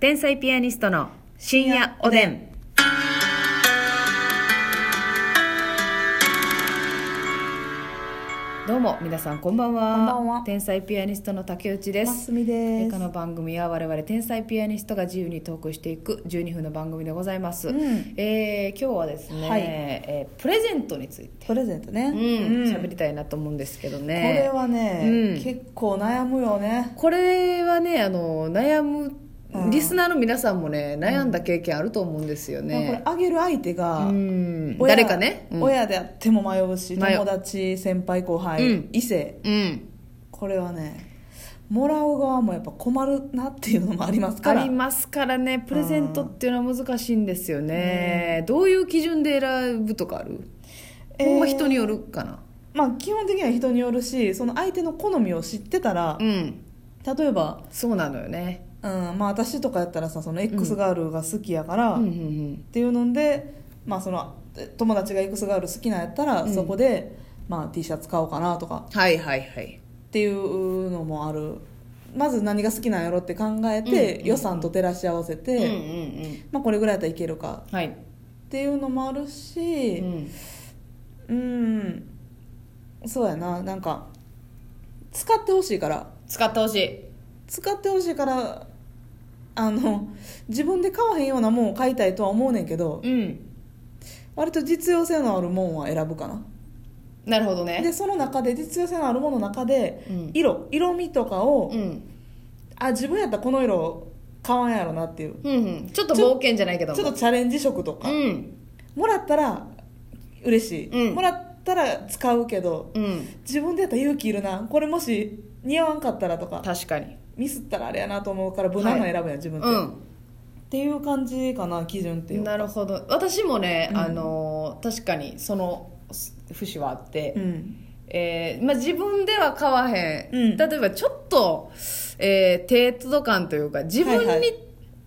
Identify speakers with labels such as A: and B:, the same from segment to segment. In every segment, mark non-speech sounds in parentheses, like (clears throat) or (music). A: 天才ピアニストの深夜おでん。どうも皆さんこんばんは。
B: こんばんは
A: 天才ピアニストの竹内で。
B: ますすみで
A: こ
B: す。
A: の番組は我々天才ピアニストが自由にトークしていく12分の番組でございます、
B: うん
A: えー今日はですね、
B: はい
A: えープレゼントについて
B: プレゼントね。
A: うん
B: うん
A: 喋、りたいなと思うんですけど
B: これ
A: ね
B: はね、
A: うん
B: 結構悩むよね。
A: これはねあの悩む
B: うん
A: リスナーの皆さんもね悩んだ経験あると思うんですよ
B: これ
A: ね、
B: あげる相手
A: う
B: が、
A: ん、
B: 親
A: 誰かね、うん、
B: 親であっても迷うし、
A: 迷う
B: 友達、先輩、後輩、
A: うん
B: 異性。
A: うん
B: これはね、もらう側もやっぱ困るなっていうのもありますか
A: あ
B: ら。
A: りますからねプレゼントっていうのは難しいんですよね、どういう基準で選ぶとかある、
B: えー
A: ほんま人によるかな
B: まあ基本的には人によるし、その相手の好みを知ってたら
A: う、ん
B: 例えば、
A: そうなのよね
B: うん、まあ私とかやったらさ、その X ガールが好きやから、
A: うんうん
B: っていうので、まあ、そのえ友達が X ガール好きなんやったら、
A: うん
B: そこで、まあ、T シャツ買おうかなとか
A: うん、はいはいはい
B: っていうのもあるまず何が好きなんやろって考えて、
A: うんうん
B: 予算と照らし合わせて、
A: んうん
B: まあ、これぐらいやったらいけるか
A: はい、
B: っていうのもある
A: う
B: し
A: ん、
B: うんそうやななんか使ってほしいから
A: 使ってほしい
B: 使ってほしいからあの自分で買わへんようなもんを買いたいとは思うねんけど
A: うん
B: 割と実用性のあるもんは選ぶかな
A: なるほど
B: で
A: ね
B: その中で実用性のあるものの中で、
A: うん
B: 色色味とかを、
A: うん、
B: あ自分やったらこの色買わんやろなっていう
A: うんうん、ちょっと冒険じゃないけ
B: ちょ
A: ど
B: っ
A: も
B: とチャレンジ色とか、
A: うん
B: もらったら嬉しい、
A: うん
B: もらったら使うけど
A: うん
B: 自分でやったら勇気いるなこれもし似合わんかったらとか
A: 確かに
B: ミスったらあれやなと思うから無難なの選ぶやん、自分って、っ
A: う
B: ていう感じかな基準ってい
A: ん
B: うか
A: なるほど私もね、
B: うん
A: あのー確かにそのす節はあって、
B: うん
A: えーまあ、自分では買わへん、
B: うん
A: 例えばちょっと、えー、低都度感というか自分
B: はいは
A: に
B: い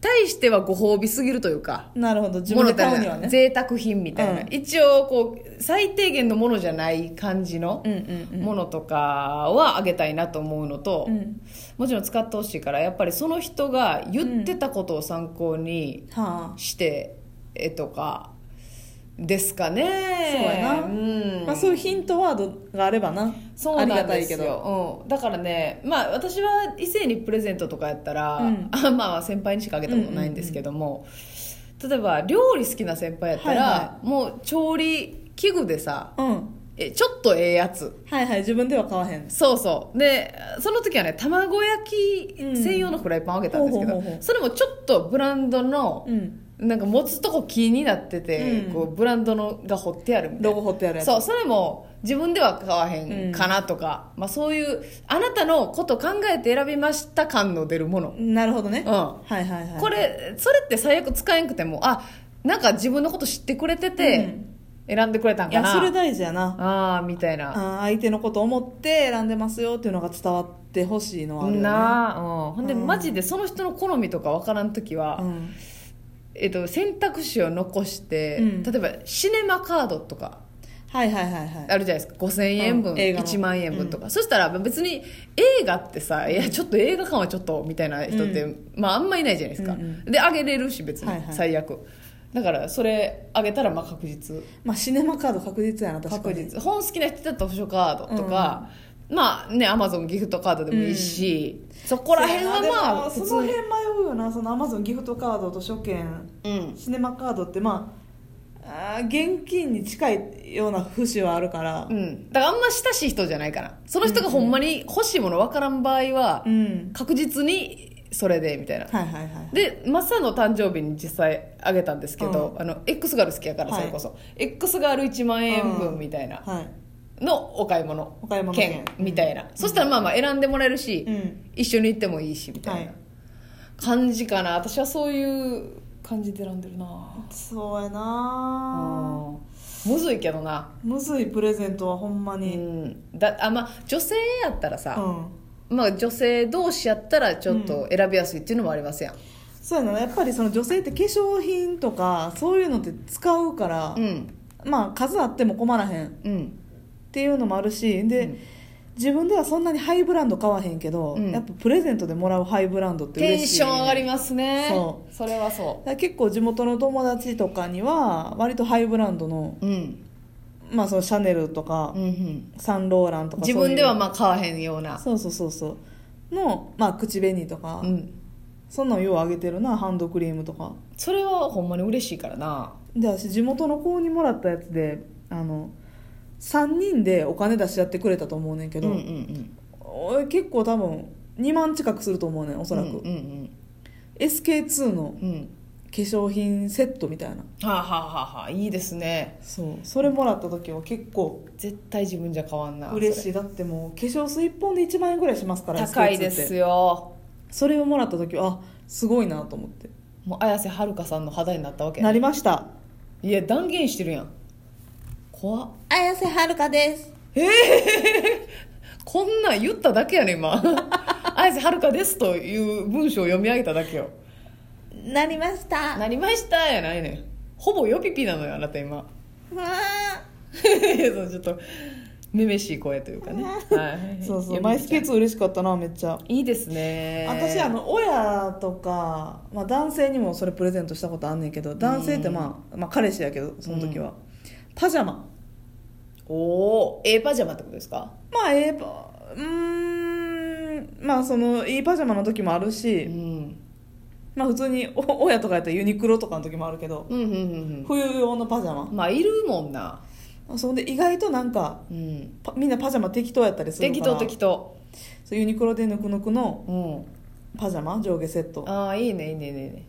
A: 対してはご褒美すぎるというか、
B: なるほど自分で買うにはね
A: 贅沢品みたいな、
B: うん
A: 一応こう最低限のものじゃない感じの
B: うんうんうん
A: ものとかはあげたいなと思うのと、
B: うん
A: もちろん使ってほしいからやっぱりその人が言ってたことを参考に
B: はあ
A: して、えとかですかね
B: そうやな
A: うん
B: まあ、そういうヒントワードがあればな
A: そうな
B: あり
A: ん
B: がた
A: で
B: い
A: す
B: けど
A: よ、うん、だからねまあ私は異性にプレゼントとかやったら、
B: うん
A: あ (laughs) まあ先輩にしかあげたことないんですけども、例えば料理好きな先輩やったら、
B: はいは
A: もう調理器具でさ
B: うん
A: えちょっとええやつ
B: はいはい自分では買わへん
A: そうそうでその時はね卵焼き専用のフライパンをあげたんですけど、
B: うんほうほうほうほう
A: それもちょっとブランドの
B: う、ん
A: なんか持つとこ気になってて、
B: うん
A: こうブランドのが彫ってあるみたいな
B: ロゴ彫ってあるやつ
A: そうそれも自分では買わへんかなとか、まあ、そういうあなたのこと考えて選びました感の出るもの、
B: なるほどね、
A: うん
B: はいはいはい
A: これそれって最悪使えんくてもあなんか自分のこと知ってくれてて選んでくれたん
B: い
A: か
B: や
A: な、
B: それ大事やな
A: ああみたいな、
B: あー相手のこと思って選んでますよっていうのが伝わってほしいのはあるよね
A: なあ、うん、ほんで、
B: うん
A: マジでその人の好みとかわからん時は、
B: うん、
A: えっと、選択肢を残して、
B: うん
A: 例えばシネマカードとか
B: はいはいはいはい
A: あるじゃないですか5000円分、
B: うん映画の
A: 1万円分とか、そしたら別に映画ってさいやちょっと映画館はちょっとみたいな人って、
B: う
A: まあ、あんまいないじゃないですか、
B: うんうん
A: であげれるし別に、
B: はいはい
A: 最悪だからそれあげたらまあ確実
B: まあ、シネマカード確実やな確か
A: 確
B: に
A: 実本好きな人だったら図書カードとか、まあねアマゾンギフトカードでもいいし、そこら辺は
B: そうやな
A: まあ
B: で
A: 普
B: も
A: 通
B: その辺迷うよなそのアマゾンギフトカードと書券
A: うん
B: シネマカードってまああー現金に近いような節はあるから
A: うん、だからあんま親しい人じゃないからその人がほんまに欲しいもの分からん場合は、
B: うん、
A: 確実にそれでみたいな
B: はいはいはい
A: でマッサーの誕生日に実際あげたんですけど、あの X ガール好きやから
B: は
A: そ
B: い
A: れこそ、X ガール1万円分みたいな
B: はい
A: のお買い物
B: お買い物
A: 券
B: 券
A: みたいな、そしたらまあまあ選んでもらえるし、
B: うん
A: 一緒に行ってもいいしみたい
B: は
A: ない感じかな私はそういう感じで選んでるな
B: そうや
A: う
B: な
A: んむずいけどな、
B: むずいプレゼントはほんま
A: う
B: に
A: ん、だあまあ女性やったらさ、
B: うん
A: まあ、女性同士やったらちょっと選びやすいっていうのもありますやん、
B: そうやなやっぱりその女性って化粧品とかそういうのって使うから、
A: うん
B: まあ数あっても困らへんっ
A: うん
B: ていうのもあるしで、
A: うん
B: 自分ではそんなにハイブランド買わへんけど、
A: うん
B: やっぱプレゼントでもらうハイブランドって
A: テ
B: 嬉
A: ン
B: しい
A: ション上がりますね
B: そ
A: それはそ
B: だから結構地元の友達とかには割とハイブランドの,、
A: ううん
B: まあ、そのシャネルとか、
A: うんうん
B: サンローランとか
A: 自分では
B: そういう
A: まあ買わへんような
B: そうそうそうそうの、まあ、口紅とか、
A: うん
B: そんなんようあげてるなハンドクリームとか
A: それはほんまに嬉しいからな
B: で私地元の子にもらったやつであの3人でお金出し合ってくれたと思うねんけ
A: うん
B: ど、
A: うんうん
B: おい結構多分2万近くすると思うねんおそらく、
A: うんうん
B: SK2 の
A: うんうん
B: 化粧品セットみたいな
A: はあ、はあはあはあ、いいですね
B: そうそれもらった時は結構
A: 絶対自分じゃ買わんな
B: 嬉
A: そ
B: し
A: れ
B: いだってもう化粧水1本で1万円ぐらいしますから
A: 高
B: SK2
A: い
B: って
A: ですよ
B: それをもらった時はあすごいなと思って
A: もう綾瀬はるかさんの肌になったわけ
B: なりました
A: いや断言してるやん怖っ
B: 綾瀬はるかです
A: こんなん言っただけやね今 (laughs) 綾瀬はるかですという文章を読み上げただけよ
B: なりました
A: なりましたやないねんほぼよぴぴなのよあなた今 (laughs) そうちょっとめめしい声というかね、はい、
B: そうそう
A: よ
B: マイ
A: ぴ
B: ス
A: ぴち
B: ケ
A: ゃん
B: 2嬉しかったなめっちゃ
A: いいですね
B: 私あの親とか、まあ、男性にもそれプレゼントしたことあんねんけど男性って、まあまあ、彼氏やけどその時は、パジャマ
A: おおええパジャマってことですか
B: まあええパうーんまあそのいいパジャマの時もあるし、
A: うん
B: まあ普通にお親とかやったらユニクロとかの時もあるけど
A: うんうんうん
B: 冬用のパジャ
A: う
B: マ
A: んまあいるもんな
B: そんで意外となんか
A: うん
B: パみんなパジャマ適当やったりする
A: 適
B: から
A: 当適当
B: そうユニクロでぬくぬくの
A: うん
B: パジャマ上下セット
A: ああいいねいいねいいねいいね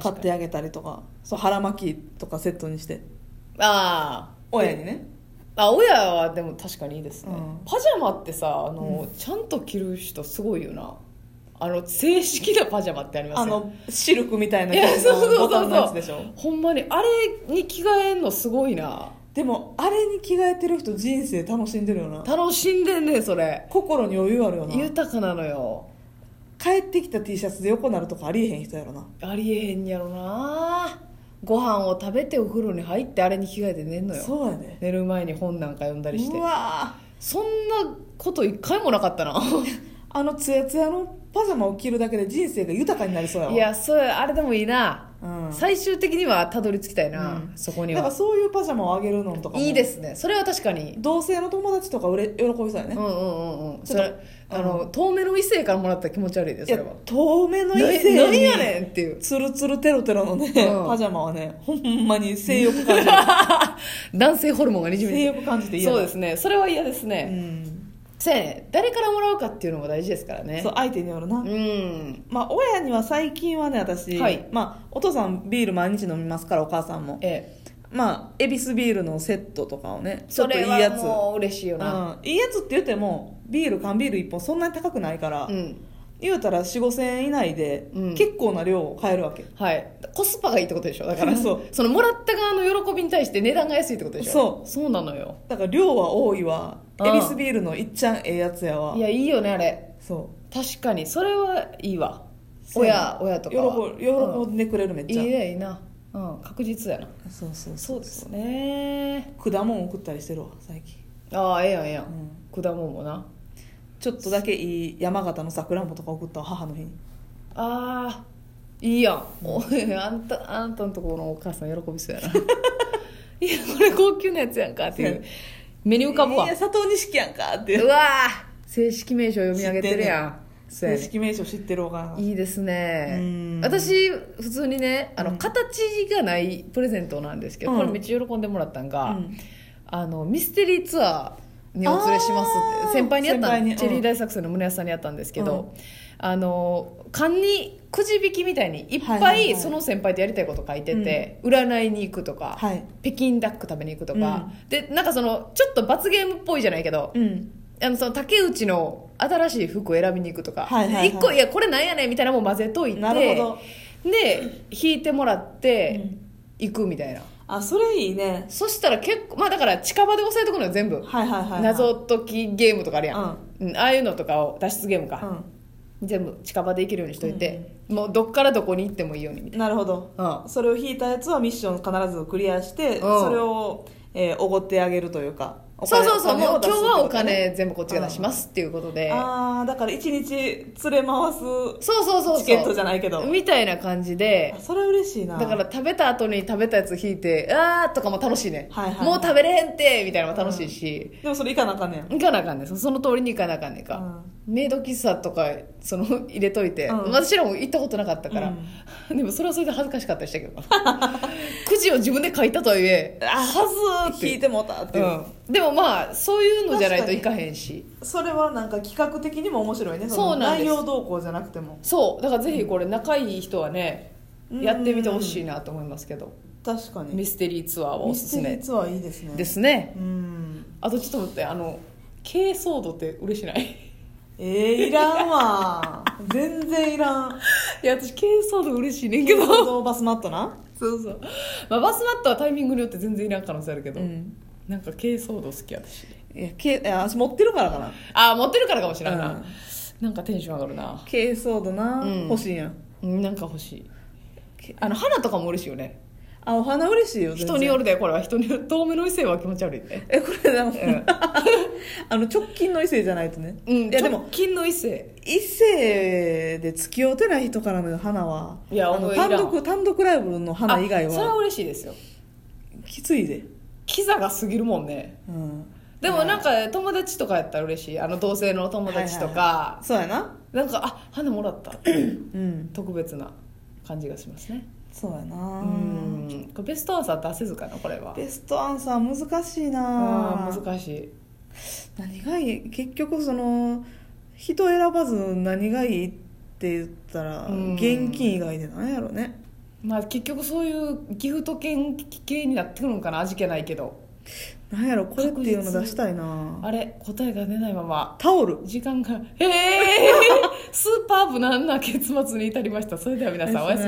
B: 買
A: 確
B: っ
A: かに
B: てあげたりとかそう腹巻きとかセットにして
A: ああ
B: 親にね
A: あ親はでも確かにいいですね、
B: うん
A: パジャマってさあの、ちゃんと着る人すごいよなあの正式なパジャマってあります
B: あのシルクみたいない
A: やそうそうそうそう
B: ボタンのやつでしょ
A: ほんまにあれに着替えんのすごいな
B: でもあれに着替えてる人人生楽しんでるよな
A: 楽しんでんねんそれ
B: 心に余裕あるよな
A: 豊かなのよ
B: 帰ってきた T シャツで横なるとかありえへん人やろな
A: ありえへんやろなご飯を食べてお風呂に入ってあれに着替えて寝んのよ
B: そうやね
A: 寝る前に本なんか読んだりして
B: うわー
A: そんなこと一回もなかった
B: (laughs)
A: な
B: あのツヤツヤのパジャマを着るだけで人生が豊かになりそうやわ
A: いやそれあれでもいいな、
B: うん
A: 最終的にはたどり着きたいな、
B: うん
A: そこに
B: なんか
A: は
B: そういうパジャマをあげるのとかも
A: いいですねそれは確かに
B: 同性の友達とかうれ喜びそうやね、
A: うんうんうんうんそ
B: ちょっ
A: れ
B: と
A: あ
B: う
A: の遠目の異性からもらったら気持ち悪いで
B: い
A: そ
B: や
A: れは
B: 遠目の異性に
A: な何やねんっていう
B: ツルツルテロテロのね、
A: うん
B: パジャマはねほんまに性欲
A: (laughs)
B: 感じる
A: 男性ホルモンがにじみ
B: 性
A: 出て
B: 欲感じて嫌だ
A: そうですねそれは嫌です
B: う
A: ね、
B: ん
A: そうやね誰からもらうかっていうのも大事ですからね
B: そう相手によるな、
A: うん
B: まあ、親には最近はね私、
A: はい
B: まあ、お父さんビール毎日飲みますからお母さんも
A: ええ
B: まあ恵比寿ビールのセットとかをねち
A: そ
B: ょっとい
A: れ
B: いや
A: は
B: つ
A: もう嬉しいよな
B: うん、いいやつって言ってもビール缶ビール1本そんなに高くないから、
A: うん
B: 言うたら4 5千円以内で、
A: うん
B: 結構な量を買えるわけ
A: はいコスパがいいってことでしょだから
B: (laughs) そう
A: のもらった側の喜びに対して値段が安いってことでしょ
B: そう
A: そうなのよ
B: だから量は多いわ
A: うん
B: 恵比寿ビールのいっちゃんええやつやわ
A: いやいいよねあれ
B: そ
A: 確かにそれはいいわ
B: そう
A: 親親と
B: う
A: かは
B: 喜ぶ喜んでくれるめっ
A: うんい
B: ちゃ、
A: いねいいなうん確実やな
B: そうそう
A: そうですね
B: 果物送ったりしてるわ最近、
A: ああええやんええや
B: うんん、
A: 果物もな
B: ちょっとだけいい山形のさくらんぼとか送ったわ母の日に
A: ああいいやんお (laughs) あんたあんたのところのお母さん喜びそうやな (laughs) いやこれ高級なやつやんかっていう目に浮かぶわ
B: いや佐藤錦やんかっていうう
A: わー正式名称読み上げてるやんそうや
B: 正
A: ね
B: 式名称知ってるおかない
A: いですね
B: うん
A: 私普通にねあの、
B: うん
A: 形がないプレゼントなんですけど、
B: うん
A: これめっちゃ喜んでもらったんが、
B: うん
A: あのミステリーツアーにお連れしますっ
B: あー
A: て先輩にやっ
B: 先
A: た
B: 輩
A: ん、
B: にうん
A: チェリー大作戦の胸屋さんにやったんですけど、
B: うん
A: あの勘にくじ引きみたいにいっぱい,、
B: はいはいはい
A: その先輩とやりたいこと書いてて、占いに行くとか、
B: はい
A: 北京ダック食べに行くとか、でなんかそのちょっと罰ゲームっぽいじゃないけど、
B: うん
A: あのその竹内の新しい服を選びに行くとか、
B: はいはいはい
A: 1個いやこれなんやねんみたいなのも混ぜといて
B: なるほ
A: で引いてもらって行くみたいな、
B: あそれいいね
A: そしたら結構まあだから近場で押さえとくのよ全部、
B: はいはいはいはい
A: 謎解きゲームとかあるやん、うんああいうのとかを脱出ゲーム
B: う
A: か、
B: ん
A: 全部近場で行けるようにしといて、もうどっからどこに行ってもいいようにみたい
B: なるほど
A: な、うん
B: それを引いたやつはミッションを必ずクリアして、
A: ん
B: それを、えーおごってあげるというかお
A: そう
B: 金
A: そうそう
B: お
A: も
B: 金
A: う今日はお
B: を出すってことね
A: 金全部こっちが出しますっていうことで
B: ああだから一日連れ回す
A: そうそうそうそう
B: チケットじゃないけど
A: みたいな感じで
B: あそれは嬉しいな
A: だから食べた後に食べたやつ引いてあーとかも楽しいね、
B: はいはい
A: もう食べれへんってみたいなのも楽しいし、
B: でもそれいかなあかんねん
A: 行かなあかんねんそその通りに行かなあかんねんか、メイド喫茶とかその入れといて、
B: うん
A: 私らも行ったことなかったから、でもそれはそれで恥ずかしかったりしたけどなくじを自分で書いたとはいえ
B: あはずー聞いてもうたっていう、
A: うん、でもまあそういうのじゃないといかへんし
B: それはなんか企画的にも面白いね
A: そう
B: の
A: なんです
B: 内容動向じゃなくても
A: そうだからぜひこれ仲いい人はね、
B: うん
A: やってみてほしいなと思いますけど、
B: 確か
A: ミ
B: に
A: ステリーツアーはお
B: ミ
A: す
B: ス
A: す
B: テリー
A: め
B: ツアーいいですね
A: ですね
B: うん
A: あとちょっと待ってあの軽装度って嬉しない
B: えー、いらんわ全然いらん
A: いや私軽装度嬉しいねんけど
B: 電動バスマットな
A: そうそう、 (laughs) まあ、バスマットはタイミングによって全然いらん可能性あるけど、
B: ん
A: なんか軽装度好き私
B: いやけいや私持ってるからかな
A: ああ持ってるからかもしれんな、
B: うん
A: なんかテンション上がるな
B: 軽装度な、
A: うん
B: 欲しいやん
A: うんなんか欲しい
B: け
A: あの花とかも嬉しいよね
B: あお花嬉しいよ全然
A: 人によるでこれは人による遠目の異性は気持ち悪い
B: (laughs)
A: ね
B: えこれでも、
A: ん
B: あの直近の異性じゃないとね、
A: うん
B: い
A: い
B: や
A: や
B: で
A: で
B: も
A: も金の異性
B: 異性で付き合うてない人からの花はい
A: や
B: あの
A: 俺いらん
B: 単独単独ライブの花以外
A: あそれは
B: は
A: 嬉しいですよ
B: きついで、
A: キザが過ぎるもんね
B: うん、
A: でもなんか友達とかやったら嬉しいあの同性の友達とか、
B: そうやな
A: なんかあ花もら
B: (clears throat)
A: った
B: うん
A: 特別な感じがしますね
B: そうやな
A: うんこれベストアンサー出せずかなこれは
B: ベストアンサー難しいな
A: うん難しい
B: 何がいい結局その人選ばず何がいいって言ったら
A: うん
B: 現金以外で何やろね
A: まあ結局そういうギフト券系になってくるのかな味気ないけど
B: 何やろこれっていうの出したいな
A: あれ答えが出ないまま
B: タオル
A: 時間がええスーパー無難な結末に至りましたそれでは皆さんおやすみなさい